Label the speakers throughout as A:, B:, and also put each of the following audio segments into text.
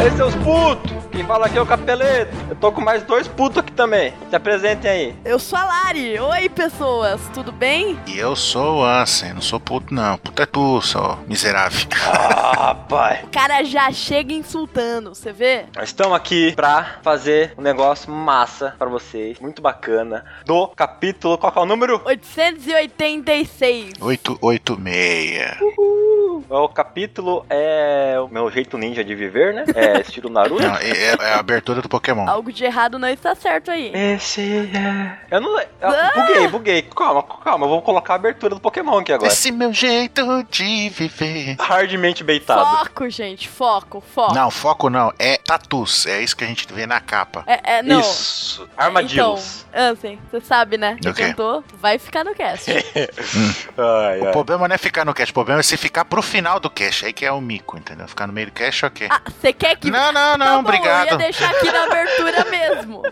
A: Ei, seus putos! Quem fala aqui é o Capeleto. Eu tô com mais dois putos aqui também. Se apresentem aí.
B: Eu sou a Lari. Oi, pessoas, tudo bem?
C: E eu sou o Ansem, não sou puto não. Puto é tu, só miserável.
A: Ah, pai.
B: O cara já chega insultando, você vê?
A: Nós estamos aqui pra fazer um negócio massa pra vocês. Muito bacana. Do capítulo, qual que é o número?
B: 886.
C: 886.
A: O capítulo é o meu jeito ninja de viver, né? É estilo Naruto.
C: Não, é, é- é a abertura do Pokémon.
B: Algo de errado não está certo aí.
A: Esse é... Eu não... le- Eu buguei, buguei. Calma, calma. Eu vou colocar a abertura do Pokémon aqui agora.
C: Esse meu jeito de viver.
A: Hardmente beitado.
B: Foco, gente, foco, foco.
C: Não, foco não, é tatus. É isso que a gente vê na capa.
B: É, é, não.
A: Isso. Armadillos.
B: Então, Ansem, você sabe, né? Você
C: O quê?
B: cantou, vai ficar no cast.
A: Ai,
C: O
A: ai.
C: problema não é ficar no cash, o problema é se ficar pro final do cash. Aí que é o mico, entendeu? Ficar no meio do cash, ok.
B: Ah, você quer que...
C: Não, não, não,
B: Tá bom, Eu ia
C: obrigado.
B: deixar aqui na abertura mesmo.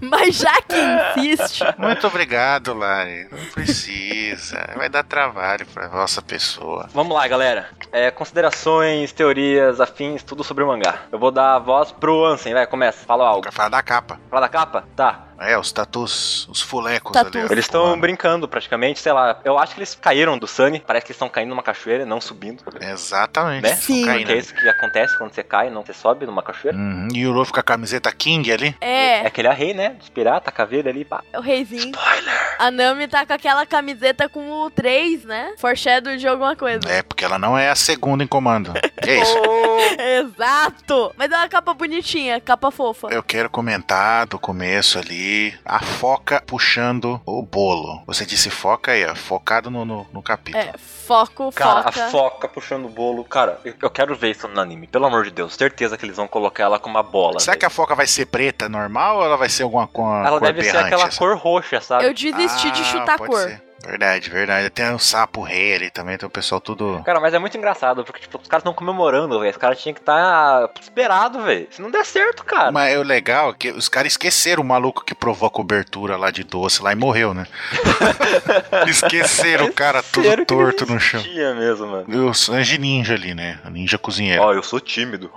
B: Mas já que insiste...
C: Muito obrigado, Lari. Não precisa. Vai dar trabalho pra nossa pessoa.
A: Vamos lá, galera. É, considerações, teorias, afins, tudo sobre o mangá. Eu vou dar a voz pro Ansem, vai, começa. Fala algo.
C: Pra falar da capa.
A: Fala da capa? Tá.
C: É, os tatus, os fulecos
B: Tatus.
C: ali. ó.
A: Eles estão brincando praticamente, sei lá. Eu acho que eles caíram do Sunny. Parece que eles estão caindo numa cachoeira, não subindo.
C: Exatamente.
A: É, Né?
C: tão
B: Sim.
C: caindo.
A: Porque é isso que acontece quando você cai, não você sobe numa cachoeira.
C: Uhum. E o Luffy com a camiseta King ali.
A: É
B: É,
A: aquele arrei, né? Dos pirata, a caveira ali, pá.
B: é o reizinho.
A: Spoiler!
B: A Nami tá com aquela camiseta com o 3, né? Foreshadow de alguma coisa.
C: É, porque ela não é a segunda em comando. É isso.
B: Exato! Mas é uma capa bonitinha, capa fofa.
C: Eu quero comentar do começo ali a foca puxando o bolo. Você disse foca aí, ó, focado no, no, no capítulo.
B: É, foco,
A: Cara,
B: foca.
A: a foca puxando o bolo. Cara, eu, eu quero ver isso no anime, pelo amor de Deus. Certeza que eles vão colocar ela com uma bola.
C: Será que a foca vai ser preta normal ou ela vai ser alguma co- cor
A: Ela deve ser
C: berrante,
A: aquela
C: assim?
A: cor roxa, sabe?
B: Eu desisti de
C: Ah,
B: chutar
C: pode
B: cor.
C: ser. Verdade, verdade. Tem um sapo rei ali também, tem o pessoal tudo.
A: Cara, mas é muito engraçado, porque, tipo, os caras estão comemorando, velho. Os caras tinham que estar tá esperado, velho. Se não der certo, cara.
C: Mas o legal é que os caras esqueceram o maluco que provou a cobertura lá de doce lá e morreu, né? esqueceram o cara
A: Sério
C: tudo
A: que não
C: torto no chão.
A: existia mesmo, mano.
C: E o Sanji Ninja ali, né? O Ninja cozinheiro.
A: Ó, eu sou tímido.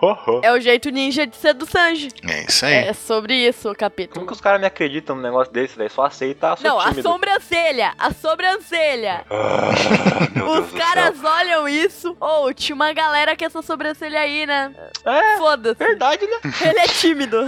B: É o jeito ninja de ser do Sanji.
C: É isso aí.
B: É sobre isso
A: Como
B: o capítulo.
A: que os caras me acreditam num negócio desse, velho? Só aceita, ah, sou
B: Não, a
A: tímido.
B: sobrancelha, a sobrancelha.
A: Ah, meu Deus
B: Os
A: do
B: caras olham isso. Ou tinha uma galera com essa sobrancelha aí, né?
A: céu. É,
B: Foda-se.
A: verdade, né?
B: Ele é tímido.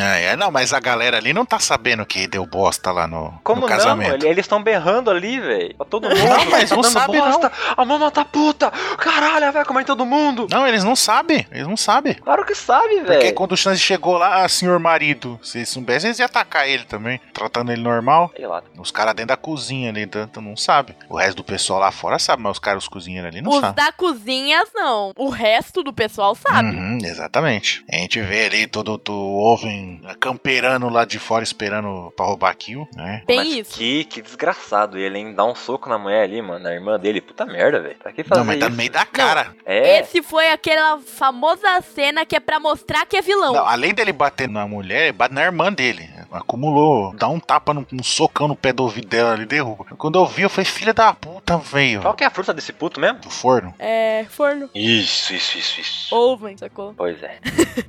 C: Ah, é, não, mas a galera ali não tá sabendo que deu bosta lá no,
A: Como
C: no
A: não?
C: casamento.
A: Ele- Eles estão berrando ali, velho. Pra todo mundo.
C: Não, mas
A: tá
C: não
A: dando
C: sabe,
A: bosta. A mama tá puta. Caralho, ela vai comer todo mundo.
C: Não, eles não sabem, eles não sabem.
A: Claro que sabe,
C: Porque
A: velho.
C: quando o Sanji chegou lá, ah, senhor marido, se eles soubessem, eles iam atacar ele também, tratando ele normal.
A: Sei lá.
C: Os caras dentro da cozinha ali, tanto não sabe. O resto do pessoal lá fora sabe, mas os caras, os cozinheiros ali, não
B: Os
C: sabem.
B: da cozinha, não. O resto do pessoal sabe.
C: Uhum, exatamente. A gente vê ali todo o Oven camperando lá de fora, esperando pra roubar kill, né?
B: Tem
A: Mas
B: isso.
A: Que, que desgraçado ele, hein? Dá um soco na mulher ali, mano. Na irmã dele. Puta merda, velho. Pra que fazer
C: Não, mas tá
A: isso?
C: no meio da cara.
A: É.
B: Esse foi aquela famosa cena que é pra mostrar que é vilão.
C: Não, além dele bater na mulher, ele bate na irmã dele. Acumulou, dá um tapa, no, um socão no pé do ouvido dela ali, derruba. Quando eu vi, eu falei, filha da puta, velho.
A: Qual que é a fruta desse puto mesmo?
C: Do forno,
B: É, forno.
A: Isso, isso, isso, isso.
B: Oven, sacou?
A: Pois é.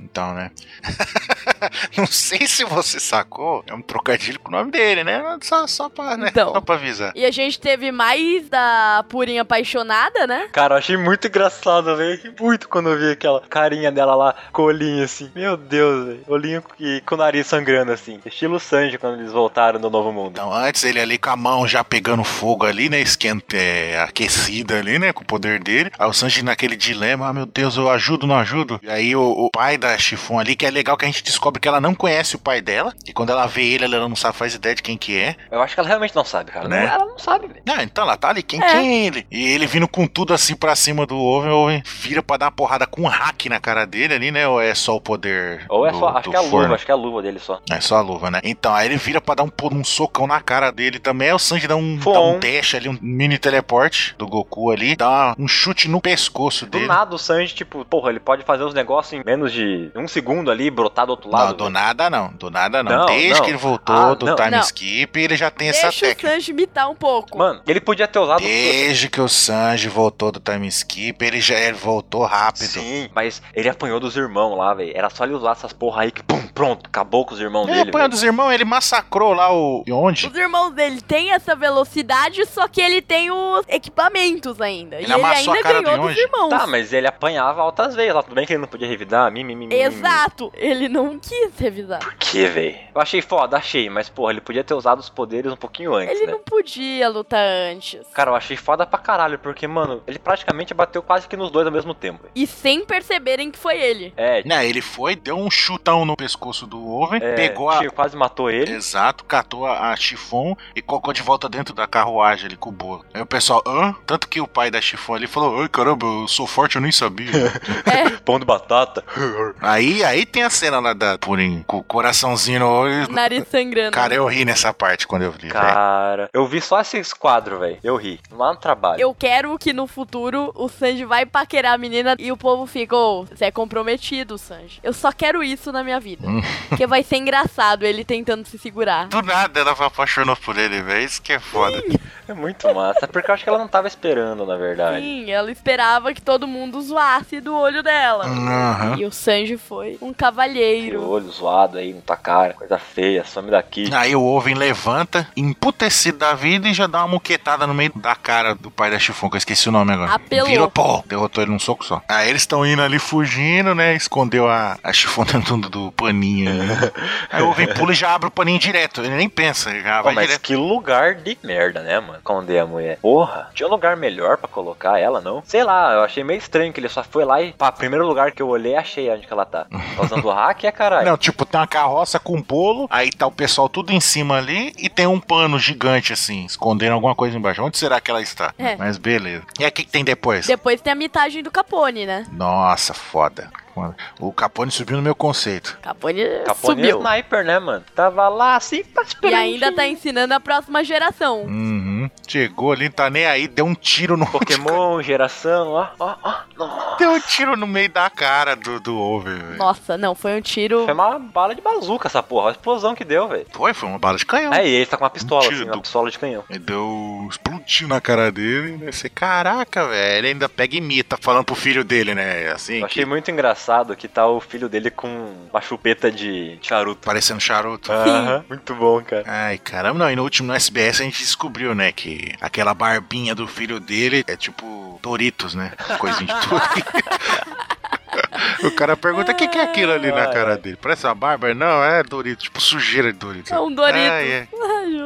C: então, né? Não sei se você sacou, é um trocadilho com o nome dele, né? Só, só, pra, né?
B: Então.
C: só pra avisar.
B: E a gente teve mais da Purinha apaixonada, né?
A: Cara, eu achei muito engraçado, velho. Eu ri Muito quando eu vi aquela carinha dela lá, com o olhinho assim. Meu Deus, velho. Olhinho e com o nariz sangrando assim. Estilo Sanji quando eles voltaram do Novo Mundo.
C: Então, antes ele ali com a mão já pegando fogo ali, né? Esquenta, é, aquecida ali, né? Com o poder dele. Aí o Sanji naquele dilema, ah, meu Deus, eu ajudo, não ajudo? E aí o, o pai da Chifon ali, que é legal que a gente descobre que ela não conhece o pai dela. E quando ela vê ele, ela não sabe, faz ideia de quem que é.
A: Eu acho que ela realmente não sabe, cara.
C: Né?
A: Não, ela não sabe, velho.
C: Ah, então ela tá ali, quem,
B: É.
C: quem é ele? E ele vindo com tudo assim pra cima do Oven, o Oven vira pra dar uma porrada com um hack na cara dele ali, né? Ou é só o poder
A: Ou é
C: do-
A: só. Acho
C: do
A: que é a
C: forno?
A: luva, acho que é a luva dele só.
C: É só a luva, né? Então, aí ele vira pra dar um, pu- um socão na cara dele também. Aí o Sanji dá um,
A: Fom.
C: dá um dash ali, um mini teleporte do Goku ali. Dá uma- um chute no pescoço
A: Do
C: dele.
A: nada o Sanji, tipo, porra, ele pode fazer uns negócios em menos de um segundo ali, brotar do outro outro lado.
C: não, do
A: velho.
B: né?
C: nada não, do nada não.
A: Não,
C: Desde
A: não.
C: que ele voltou
A: Ah,
C: do
A: não.
C: time
B: Não.
C: skip, ele já tem essa
B: Deixa o
C: técnica.
B: Sanji imitar um pouco.
A: Mano, ele podia ter usado.
C: Desde que o Sanji voltou do time skip, ele já ele voltou rápido.
A: Sim, mas ele apanhou dos irmãos lá, velho. Era só ele usar essas porra aí que, pum, pronto, acabou com os irmãos
C: Ele
A: dele.
C: apanhou
A: velho.
C: dos irmãos, ele massacrou lá o. e Onde?
B: Os irmãos dele têm essa velocidade, só que ele tem os equipamentos ainda.
C: Ele
B: e ele
C: amassou a
B: ainda
C: cara do
B: ganhou dos
C: Yonji.
B: irmãos.
A: Tá, mas ele apanhava altas vezes lá. Tudo bem que ele não podia revidar, mim, mim, mim, mim, mim, mim.
B: Exato, ele não quis revisar.
A: Por que, velho? Eu achei foda, achei, mas porra, ele podia ter usado os poderes um pouquinho antes,
B: Ele
A: né?
B: não podia lutar antes.
A: Cara, eu achei foda pra caralho, porque, mano, ele praticamente bateu quase que nos dois ao mesmo tempo. velho.
B: E sem perceberem que foi ele.
A: É,
C: Não, ele foi, deu um chutão no pescoço do Oven,
A: é,
C: Né? pegou a.
A: tio quase matou ele.
C: Exato, catou a, a Chifon e colocou de volta dentro da carruagem ali com o bolo. Aí o pessoal, hã? Tanto que o pai da Chifon ali falou: Ai caramba, eu sou forte, eu nem sabia. É.
A: Pão de batata.
C: aí, aí tem a cena lá da Purim, com o coraçãozinho no olho.
B: Nariz sangrando.
C: Cara, eu ri nessa parte quando eu vi. velho.
A: Cara, eu vi só esse quadro, velho. Eu ri. Lá no trabalho.
B: Eu quero que no futuro o Sanji vai paquerar a menina e o povo fica, ô, você é comprometido, Sanji. Eu só quero isso na minha vida. Porque vai ser engraçado ele tentando se segurar.
C: Do nada ela apaixonou por ele, velho. Isso que é foda.
A: É muito massa. Porque eu acho que ela não tava esperando, na verdade.
B: Sim, ela esperava que todo mundo zoasse do olho dela.
C: Aham.
B: E o Sanji foi um
A: Aquele
B: cavalheiro.
A: olho zoado aí na tua cara, coisa feia, some daqui.
C: Aí o Oven levanta, emputecido da vida, e já dá uma muquetada no meio da cara do pai da Chifon, que eu esqueci o nome agora.
B: Apelou.
C: Virou pô, derrotou ele num soco só. Aí eles estão indo ali fugindo, né? Escondeu a, a Chifon dentro do, do paninho.
A: É.
C: né? Aí o Oven pula e já abre o paninho direto. Ele nem pensa, ele já
A: Pô,
C: Ah, vai
A: mas
C: direto.
A: que lugar de merda, né, mano? Esconder a mulher. Porra, tinha um lugar melhor pra colocar ela, não? Sei lá, eu achei meio estranho que ele só foi lá e, pá, primeiro lugar que eu olhei, achei onde que ela tá. Tá usando o hack, é caralho.
C: Não, tipo, tem uma carroça com um bolo, aí tá o pessoal tudo em cima ali e tem um pano gigante assim, escondendo alguma coisa embaixo. Onde será que ela está?
B: É.
C: Mas beleza. E aí o que que tem depois?
B: Depois tem a mitagem do Capone, né?
C: Nossa, foda. O Capone subiu no meu conceito.
B: Capone,
A: Capone é
B: subiu.
A: sniper, né, mano? Tava lá assim, tá
B: E
A: esperando.
B: ainda tá ensinando a próxima geração.
C: Uhum. Chegou ali, não tá nem aí, deu um tiro no.
A: Pokémon, geração, ó, ó, ó. Nossa.
C: deu um tiro no meio da cara do, do Over, velho.
B: Nossa, não, foi um tiro.
A: Foi uma bala de bazuca essa porra, uma explosão que deu, velho.
C: Foi, foi uma bala de canhão.
A: Aí ele tá com uma pistola,
C: Tiro
A: assim, uma
C: do-
A: pistola de canhão.
C: Ele deu. explodiu na cara dele, né? Você, caraca, velho. Ele ainda pega e imita, falando pro filho dele, né? Assim.
A: Eu achei
C: que-
A: muito engraçado que tá o filho dele com uma chupeta de charuto.
C: Parecendo charuto.
A: Aham, muito bom, cara.
C: Ai, caramba, não. E no último no SBS a gente descobriu, né? Que aquela barbinha do filho dele é tipo Doritos, né? Coisinha de Doritos. O cara pergunta o que, que é aquilo ali na cara dele. Parece uma barba? Não, é Doritos, tipo sujeira de Doritos.
B: É um Dorito.
C: Ah, é.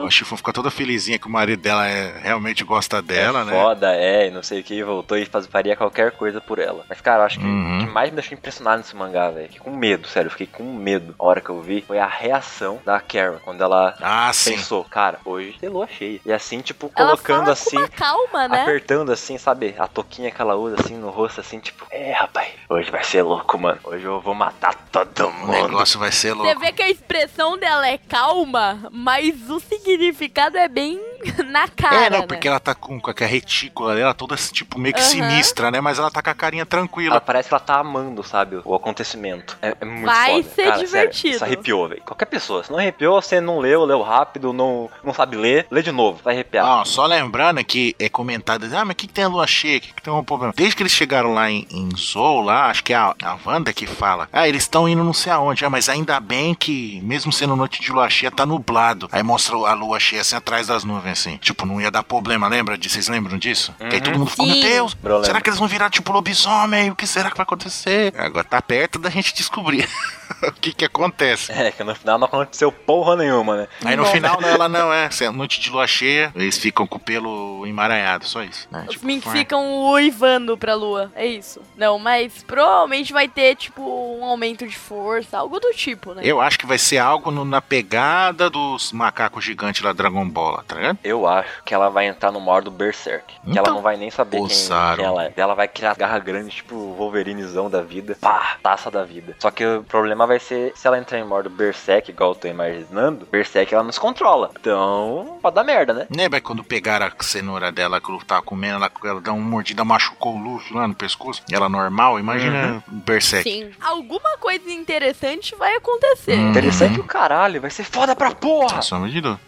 C: A Chifon fica toda felizinha que o marido dela é- realmente gosta dela,
A: é
C: né?
A: Foda, é, e não sei o que, voltou e faz, faria qualquer coisa por ela. Mas, cara, eu acho que
C: Uhum.
A: o que mais me deixou impressionado nesse mangá, velho. Fiquei com medo, sério, eu fiquei com medo. A hora que eu vi foi a reação da Karen quando ela
C: Ah, sim.
A: pensou, cara, hoje tem lua cheia. E assim, tipo,
B: Ela
A: colocando
B: fala
A: assim.
B: com uma calma, né?
A: Apertando assim, sabe? A toquinha que ela usa assim no rosto, assim, tipo, é rapaz, hoje vai ser louco, mano. Hoje eu vou matar todo
C: O
A: mundo.
C: negócio vai ser
B: Você
C: louco.
B: vê que a expressão dela é calma, mas o significado é bem na cara.
C: É, não,
B: né?
C: porque ela tá com, com aquela retícula dela toda, tipo, meio que
B: Aham.
C: sinistra, né? Mas ela tá com a carinha
A: Ela
C: tranquila.
A: parece que ela tá amando, sabe? O acontecimento. É, é muito
B: Vai
A: foda.
B: ser
A: Cara, Sério,
B: divertido.
A: isso arrepiou, velho. Qualquer pessoa. Se não arrepiou, você não leu, leu rápido, não, não sabe ler, lê de novo. Vai arrepiar.
C: Ó, só lembrando que é comentado, ah, mas o que, que tem a lua cheia? O que, que tem um problema? Desde que eles chegaram lá em, em Zou, lá, acho que é a, a Wanda que fala, ah, eles estão indo não sei aonde, ah, mas ainda bem que, mesmo sendo noite de lua cheia, tá nublado. Aí mostra a lua cheia assim atrás das nuvens, assim. Tipo, não ia dar problema, lembra disso? Vocês lembram disso? Que aí todo mundo ficou,
B: Sim.
C: meu Deus,
A: Eu lembro.
C: será que eles vão virar tipo lobisomem? O que será que vai acontecer? Agora tá perto da gente descobrir o que que acontece.
A: É, que no final não aconteceu porra nenhuma, né?
C: Aí no
B: Nossa.
C: final não, ela não é. Se é Noite de lua cheia, eles ficam com o pelo emaranhado, só isso. né?
B: Os
C: Tipo,
B: minks
C: foi.
B: ficam uivando pra lua, é isso. Não, mas provavelmente vai ter, tipo, um aumento de força, algo do tipo, né?
C: Eu acho que vai ser algo no- na pegada dos macacos gigantes lá Dragon Ball, tá ligado?
A: Eu acho que ela vai entrar no maior do Berserk. que ela
C: Então,
A: não vai nem saber quem,
C: ousaram.
A: quem ela é. Ela vai criar garra grande, tipo o Wolverinezão da vida. Pá, taça da vida. Só que o problema vai vai ser se ela entrar em modo Berserk, igual eu tô imaginando, Berserk ela nos controla. Então, pode dar merda, né?
C: Lembra quando pegaram a cenoura dela que o Luffy tava comendo, ela, ela deu uma mordida, machucou o Luffy lá no pescoço? E ela normal, imagina um Berserk.
B: Sim. Alguma coisa interessante vai acontecer.
C: Hum.
A: Interessante o caralho, vai ser foda pra porra!
C: Nossa, um mas de novo.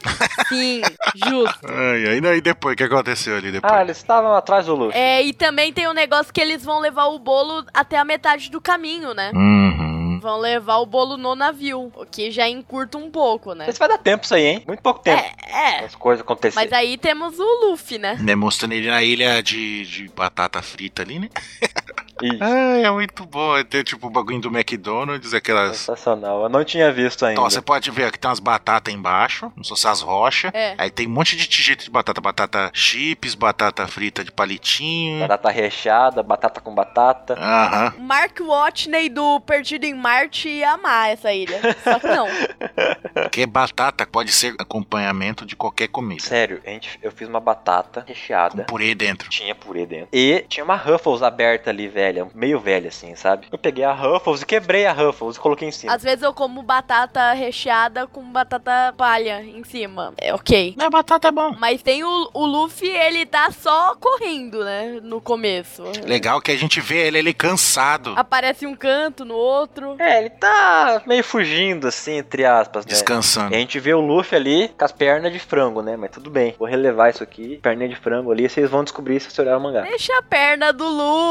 B: Sim, justo.
C: Ai, ai, não, e depois? O que aconteceu ali depois?
A: Ah, eles estavam atrás do Luffy.
B: É, e também tem um negócio que eles vão levar o bolo até a metade do caminho, né?
C: Uhum.
B: Vão levar o bolo no navio, o que já encurta um pouco, né?
A: Mas vai dar tempo isso aí, hein? Muito pouco tempo.
B: É, é.
A: As coisas acontecerem.
B: Mas aí temos o Luffy, né?
C: Né, mostrando ele na ilha de, de batata frita ali, né?
A: Isso.
C: Ah, é muito bom. Tem tipo o bagulho do McDonald's, aquelas.
A: Sensacional. Eu não tinha visto ainda.
C: Então, você pode ver que tem umas batatas embaixo, não são as rochas.
B: É.
C: Aí tem um monte de jeito de batata. Batata chips, batata frita de palitinho.
A: Batata recheada, batata com batata.
C: Aham.
B: Mark Watney do Perdido em Marte ia amar essa ilha. Só que não.
C: Porque batata pode ser acompanhamento de qualquer comida.
A: Sério, a gente, eu fiz uma batata
C: Com
A: recheada.
C: purê dentro.
A: Tinha purê dentro. E tinha uma Ruffles aberta ali, velha. Meio velha, assim, sabe? Eu peguei a Ruffles e quebrei a Ruffles e coloquei em cima.
B: Às vezes eu como batata recheada com batata palha em cima. É ok.
C: Mas batata é bom.
B: Mas tem o, o Luffy, ele tá só correndo, né? No começo.
C: Legal que a gente vê ele, ele cansado,
B: Aparece um canto no outro.
A: É, ele tá meio fugindo, assim, entre aspas, né? E
C: descansando.
A: a gente vê o Luffy ali com as pernas de frango, né? Mas tudo bem. Vou relevar isso aqui. Perninha de frango ali. Vocês vão descobrir se você olhar o mangá.
B: Deixa a perna do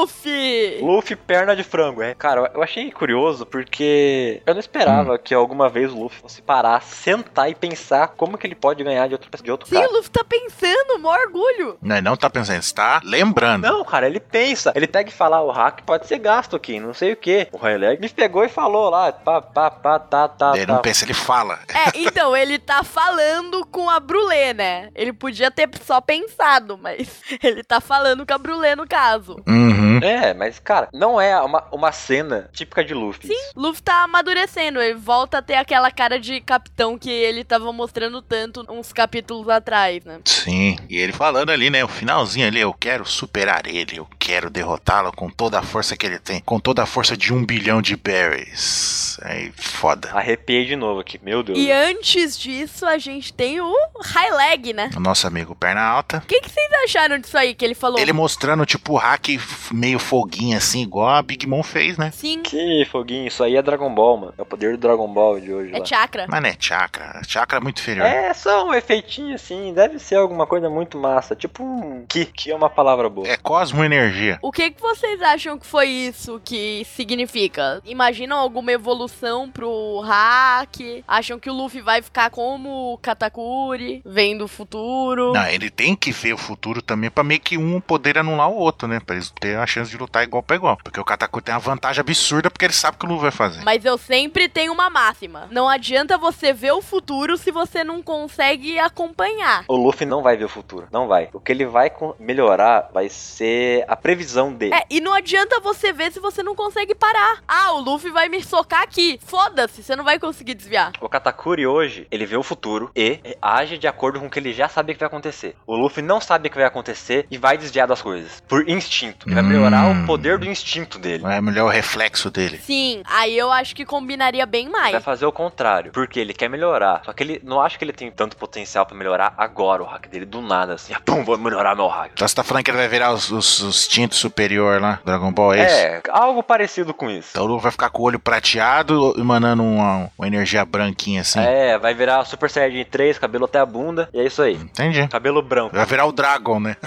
B: Luffy.
A: Luffy, perna de frango, é. Cara, eu achei curioso porque eu não esperava que alguma vez o Luffy fosse parar, sentar e pensar como que ele pode ganhar de outro, de outro
B: Sim,
A: cara.
B: o Luffy tá pensando, mó orgulho.
C: Não, ele não tá pensando, está lembrando.
A: Não, cara, ele pensa. Ele pega e fala, "Ah, o hack pode ser gasto aqui, não sei o que. O Rayleigh me pegou e falou lá, pá, pá, pá, tá, tá,
C: ele
A: tá.
C: não pensa, ele fala.
B: É, então, ele tá falando com a Brulé, né? Ele podia ter só pensado, mas ele tá falando com a Brulé no caso.
C: Uhum.
A: É, mas, cara, não é uma, uma cena típica de Luffy.
B: Sim, Luffy tá amadurecendo, ele volta a ter aquela cara de capitão que ele tava mostrando tanto uns capítulos atrás, né?
C: Sim. E ele falando ali, né? O finalzinho ali, eu quero superar ele, eu quero derrotá-lo com toda a força que ele tem, com toda a força de um bilhão de berries. Aí, foda.
A: Arrepiei de novo aqui, meu Deus.
B: E é- antes disso, a gente tem o High Leg, né?
C: O nosso amigo perna alta.
B: O que, que vocês acharam disso aí que ele falou?
C: Ele mostrando, tipo, o hack f- meio foguinho, assim, igual a Big Mom fez, né?
B: Sim,
A: Que foguinho, isso aí é Dragon Ball, mano. É o poder do Dragon Ball de hoje.
B: é
A: lá.
B: chakra.
C: Mas não é chakra. Chakra é muito inferior.
A: É só um efeitinho assim, deve ser alguma coisa muito massa. Tipo um ki, que é uma palavra boa.
C: É cosmo energia.
B: O que, que vocês acham que foi isso que significa? Imaginam alguma evolução pro hack? Acham que o Luffy vai ficar como o Katakuri? Vem do futuro?
C: Não, ele tem que ver o futuro também pra meio que um poder anular o outro, né? Pra eles terem a chance de lutar igual pra igual. Porque o Katakuri tem uma vantagem absurda porque ele sabe que o Luffy vai fazer.
B: Mas eu sempre tenho uma máxima. Não adianta você ver o futuro se você não consegue acompanhar.
A: O Luffy não vai ver o futuro, não vai. O que ele vai co- melhorar vai ser a previsão dele.
B: É, e não adianta você ver se você não consegue parar. Ah, o Luffy vai me socar aqui. Foda-se, você não vai conseguir desviar.
A: O Katakuri hoje, ele vê o futuro e age de acordo com o que ele já sabe que vai acontecer. O Luffy não sabe o que vai acontecer e vai desviar das coisas. Por instinto. Ele vai
C: Hum.
A: melhorar o poder do instinto dele.
C: É melhor o reflexo dele.
B: Sim, aí eu acho que combinaria bem
A: Vai
B: mais.
A: fazer o contrário, porque ele quer melhorar. Só que ele não acha que ele tem tanto potencial pra melhorar agora o hack dele, do nada, assim. ah, Pum, vou melhorar meu hack.
C: Então você tá falando que ele vai virar os, os, os tintos superior lá, Dragon Ball é isso?
A: É, algo parecido com isso.
C: Então o Luffy vai ficar com o olho prateado, emanando uma, uma energia branquinha assim.
A: É, vai virar Super Saiyajin 3, cabelo até a bunda, e é isso aí.
C: Entendi.
A: Cabelo branco.
C: Vai virar o Dragon, né?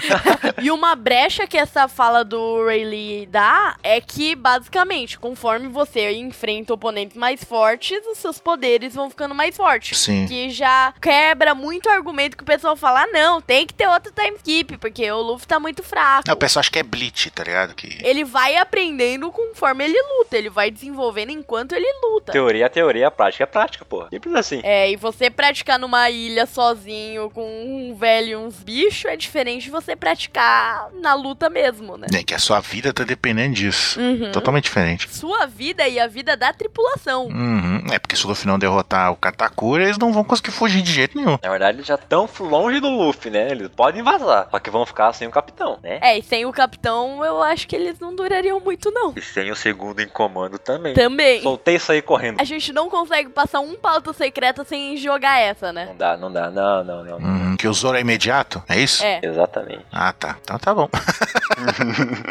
B: E uma brecha que essa fala do Rayleigh dá é que, basicamente, conforme você enfrenta oponentes mais fortes, os seus poderes vão ficando mais fortes.
C: Sim.
B: Que já quebra muito o argumento que o pessoal fala: ah, não, tem que ter outro time skip, porque o Luffy tá muito fraco.
C: Não, o pessoal acha que é Bleach, tá ligado? Que...
B: Ele vai aprendendo conforme ele luta, ele vai desenvolvendo enquanto ele luta.
A: Teoria é teoria, prática é prática, pô. Simples assim.
B: É, e você praticar numa ilha sozinho com um velho e uns bichos é diferente de você praticar na luta mesmo, né?
C: É, que é sua vida tá dependendo disso.
B: Uhum.
C: Totalmente diferente.
B: Sua vida e a vida da tripulação.
C: Uhum. É porque se o Luffy não derrotar o Katakura, eles não vão conseguir fugir de jeito nenhum.
A: Na verdade, eles já estão longe do Luffy, né? Eles podem vazar, só que vão ficar sem o capitão, né?
B: É, e sem o capitão, eu acho que eles não durariam muito, não.
A: E sem o segundo em comando também.
B: Também.
A: Soltei isso aí correndo.
B: A gente não consegue passar um pauta secreta sem jogar essa, né?
A: Não dá, não dá. Não, não, não.
C: Uhum. Que o Zoro é imediato? É isso?
B: É.
A: Exatamente.
C: Ah, tá. Então tá bom.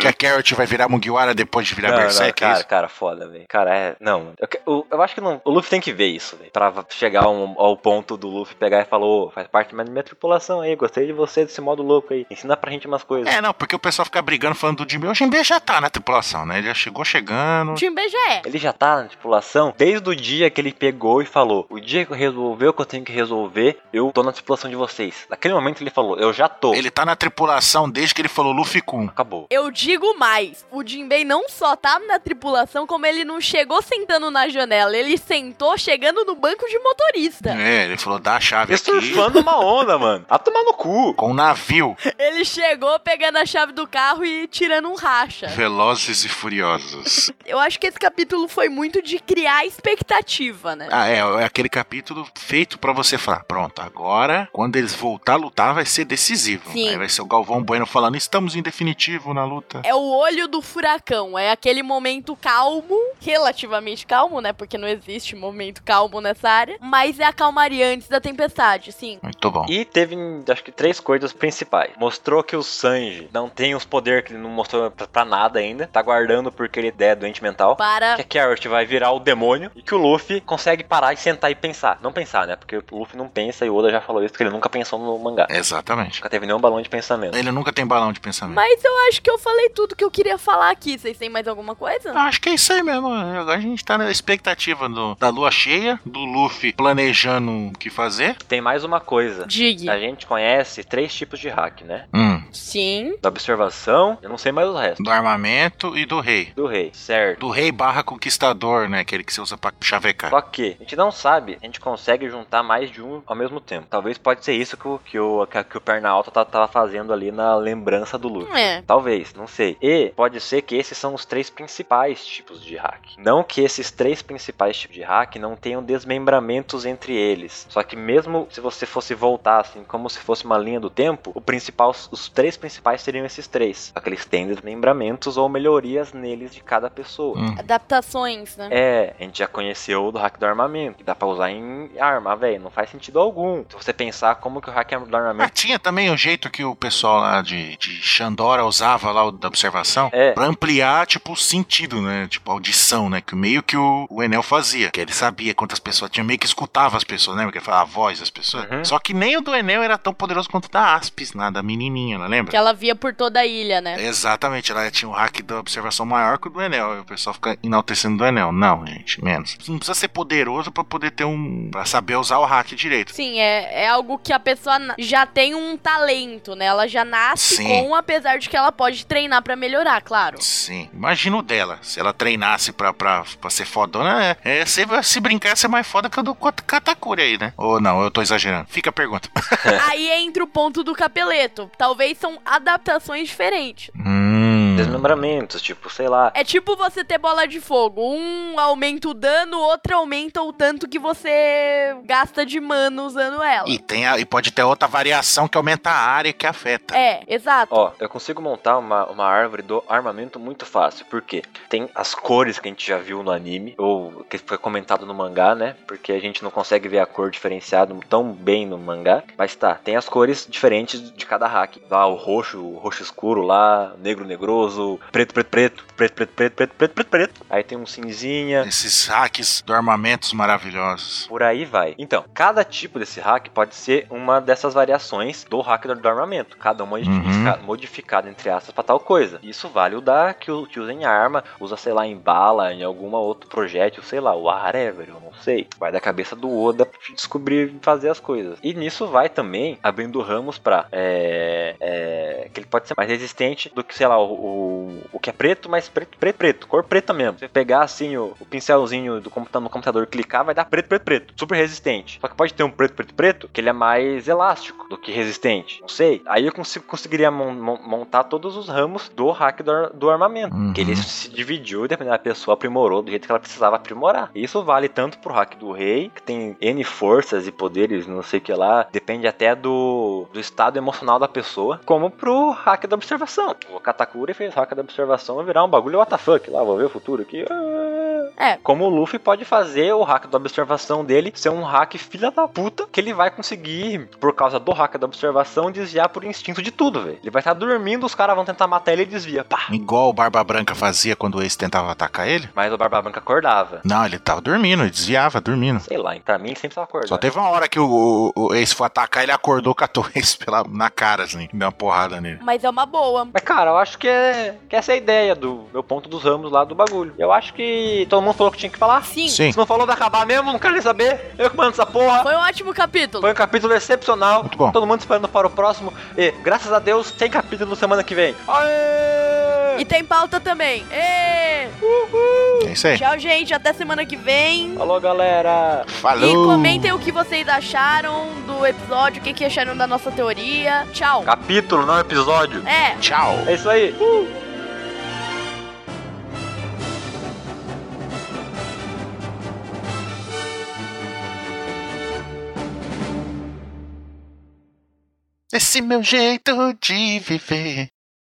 C: que a Carrot vai virar Mugiwara depois de virar
A: Não, não,
C: Berserk? é
A: cara,
C: isso?
A: cara, foda, velho. Cara, é. Não, eu, que- eu, eu acho que não. O Luffy tem que ver isso, velho. Pra chegar um- ao ponto do Luffy pegar e falar: Ô, faz parte da minha tripulação aí. Gostei de você desse modo louco aí. Ensina pra gente umas coisas.
C: É, não, porque o pessoal fica brigando falando do Jimbe. O Jimbe já tá na tripulação, né? Ele já chegou chegando.
B: O Jinbei já é.
A: Ele já tá na tripulação desde o dia que ele pegou e falou: O dia que eu resolver o que eu tenho que resolver, eu tô na tripulação de vocês. Naquele momento ele falou: Eu já tô.
C: Ele tá na tripulação desde que ele falou Luffy Kun.
A: Acabou.
B: Eu digo mais, o Jinbei não só tá na tripulação, como ele não chegou sentando na janela, ele sentou chegando no banco de motorista.
C: É, ele falou, dá a chave
A: E
C: aqui.
A: surfando uma onda, mano. A tomar no cu.
C: Com o navio.
B: Ele chegou pegando a chave do carro e tirando um racha.
C: Velozes e Furiosos.
B: Eu acho que esse capítulo foi muito de criar expectativa, né?
C: Ah, é, é aquele capítulo feito pra você falar, pronto, agora, quando eles voltar a lutar, vai ser decisivo.
B: Sim.
C: Aí vai ser o Galvão Bueno falando, estamos em definitivo na luta.
B: É o olho do furacão, é aquele momento calmo, relativamente calmo, né? Porque não existe momento calmo nessa área, mas é a calmaria antes da tempestade, sim.
C: Muito bom.
A: E teve, acho que, três coisas principais. Mostrou que o Sanji não tem os poderes que ele não mostrou pra, pra nada ainda. Tá guardando porque ele é doente mental.
B: Para
A: Que a Carrot vai virar o demônio e que o Luffy consegue parar e sentar e pensar. Não pensar, né? Porque o Luffy não pensa e o Oda já falou isso, que ele nunca pensou no mangá.
C: Exatamente.
A: Nunca teve nenhum balão de pensamento.
C: Ele nunca tem balão de pensamento.
B: Mas eu acho que eu falei tudo que eu queria falar aqui. Vocês têm mais alguma coisa?
C: Acho que é isso aí mesmo. Agora a gente tá na expectativa do- da lua cheia, do Luffy planejando o que fazer.
A: Tem mais uma coisa.
B: Dig.
A: A gente conhece três tipos de hack, né?
C: Hum.
B: Sim.
A: Da observação, eu não sei mais o resto.
C: Do armamento e do rei.
A: Do rei, certo.
C: Do rei barra conquistador, né? Aquele que você usa pra chavecar.
A: Só que a gente não sabe, a gente consegue juntar mais de um ao mesmo tempo. Talvez pode ser isso que o, que o, que a- que o perna alta tá- tava fazendo ali na lembrança do Luffy.
B: É.
A: Talvez, não sei. E pode ser que esses são os três principais tipos de hack. Não que esses três principais tipos de hack não tenham desmembramentos entre eles. Só que mesmo se você fosse voltar assim, como se fosse uma linha do tempo, o principal, os três principais seriam esses três. Só que eles têm desmembramentos ou melhorias neles de cada pessoa.
C: Hum.
B: Adaptações, né?
A: É, a gente já conheceu o do hack do armamento, que dá pra usar em arma, velho. Não faz sentido algum. Se você pensar como que o hack do
C: Ah,
A: armamento.
C: tinha também o jeito que o pessoal lá de, de Xandora usava lá o da observação
A: É.
C: pra ampliar, tipo, o sentido, né? Tipo, a audição, né? Que meio que o, o Enel fazia. Que ele sabia quantas pessoas tinha, meio que escutava as pessoas, lembra? Que ele falava a voz das pessoas.
A: Uhum.
C: Só que nem o do Enel era tão poderoso quanto o da Aspis, né? Da menininha, não lembra?
B: Que ela via por toda a ilha,
C: É.
B: né?
C: Exatamente, ela tinha um hack da observação maior que o do Enel. E o pessoal fica enaltecendo o do Enel. Não, gente, menos. Você Não precisa ser poderoso pra poder ter um. pra saber usar o hack direito.
B: Sim, é, é algo que a pessoa na- já tem um talento, né? Ela já nasce
C: Sim.
B: com, apesar de que ela pode treinar pra melhorar, claro.
C: Sim, imagina o dela. Se ela treinasse pra, pra, pra ser fodona, é, é, se, se brincar, ia ser mais foda que o do Kat- Katakuri aí, né? Ou não, eu tô exagerando. Fica a pergunta.
B: Aí entra o ponto do capeleto. Talvez são adaptações diferentes.
C: Hum.
A: Desmembramentos, tipo, sei lá.
B: É tipo você ter bola de fogo. Um aumenta o dano, outro aumenta o tanto que você gasta de mana usando ela.
C: E, tem a- e pode ter outra variação que aumenta a área que afeta.
B: É, exato.
A: Ó, eu consigo montar uma, uma árvore do armamento muito fácil, porque tem as cores que a gente já viu no anime, ou que foi comentado no mangá, né? Porque a gente não consegue ver a cor diferenciada tão bem no mangá. Mas tá, tem as cores diferentes de cada hack. Lá o roxo, o roxo escuro lá, negro negroso, preto, preto, preto, preto, preto, preto, preto, preto, preto, preto. Aí tem um cinzinha,
C: Esses hacks do armamentos maravilhosos.
A: Por aí vai. Então, cada tipo desse hack pode ser uma dessas variações do hack do do armamento. Cada uma
C: Uhum.
A: modifica- modificada, entre aspas, pra tal coisa. Isso vale o da que, u- que usa em arma, usa, sei lá, em bala, em algum outro projétil, sei lá, whatever, eu não sei. Vai da cabeça do Oda pra descobrir fazer as coisas. E nisso vai também abrindo ramos pra. É, é, que ele pode ser mais resistente do que, sei lá, o, o, o que é preto, mas preto, preto, preto, cor preta mesmo. Você pegar assim o, o pincelzinho do computador no computador e clicar, vai dar preto, preto, preto. Super resistente. Só que pode ter um preto, preto, preto, que ele é mais elástico do que resistente. Não sei. Aí eu consigo, conseguiria mon- mon- montar todos os ramos do hack do, ar- do armamento.
C: Uhum.
A: Que ele se dividiu e dependendo da pessoa aprimorou do jeito que ela precisava aprimorar. E Isso vale tanto pro hack do rei, que tem N forças e poderes, não sei o que lá. Depende até do, do estado emocional da pessoa, como pro hack da observação. O Katakuri fez hack da observação e virar um bagulho what the fuck lá, vou ver o futuro aqui. Ah.
B: É.
A: Como o Luffy pode fazer o hack da observação dele ser um hack filha da puta que ele vai conseguir, por causa do hack da observação, desviar por instinto de tudo, velho. Ele vai estar dormindo, os caras vão tentar matar ele e desvia. Pá!
C: Igual o Barba Branca fazia quando o ex tentava atacar ele.
A: Mas o Barba Branca acordava.
C: Não, ele tava dormindo, ele desviava, dormindo.
A: Sei lá, pra mim ele sempre tava acordando.
C: Só teve uma hora que o, o, o ex foi atacar, ele acordou com a torres pela, na cara, assim, deu uma porrada nele.
B: Mas é uma boa.
A: Mas, cara, eu acho que, é, que essa é a ideia do meu ponto dos ramos lá do bagulho. Eu acho que todo mundo falou que tinha que falar.
B: Sim.
C: Sim.
A: Se não falou, vai acabar mesmo, não quero nem saber. Eu que mando essa porra.
B: Foi um ótimo capítulo.
A: Foi um capítulo excepcional.
C: Muito bom.
A: Todo mundo esperando para o próximo. E, graças a Deus, tem capítulo semana que vem. Aê!
B: E tem pauta também. Ê!
C: É isso aí.
B: Tchau, gente. Até semana que vem.
A: Falou, galera.
C: Falou!
B: E comentem o que vocês acharam do episódio, o que, que acharam da nossa teoria. Tchau.
A: Capítulo, não episódio.
B: É.
C: Tchau!
A: É isso aí.
C: Esse meu jeito de viver.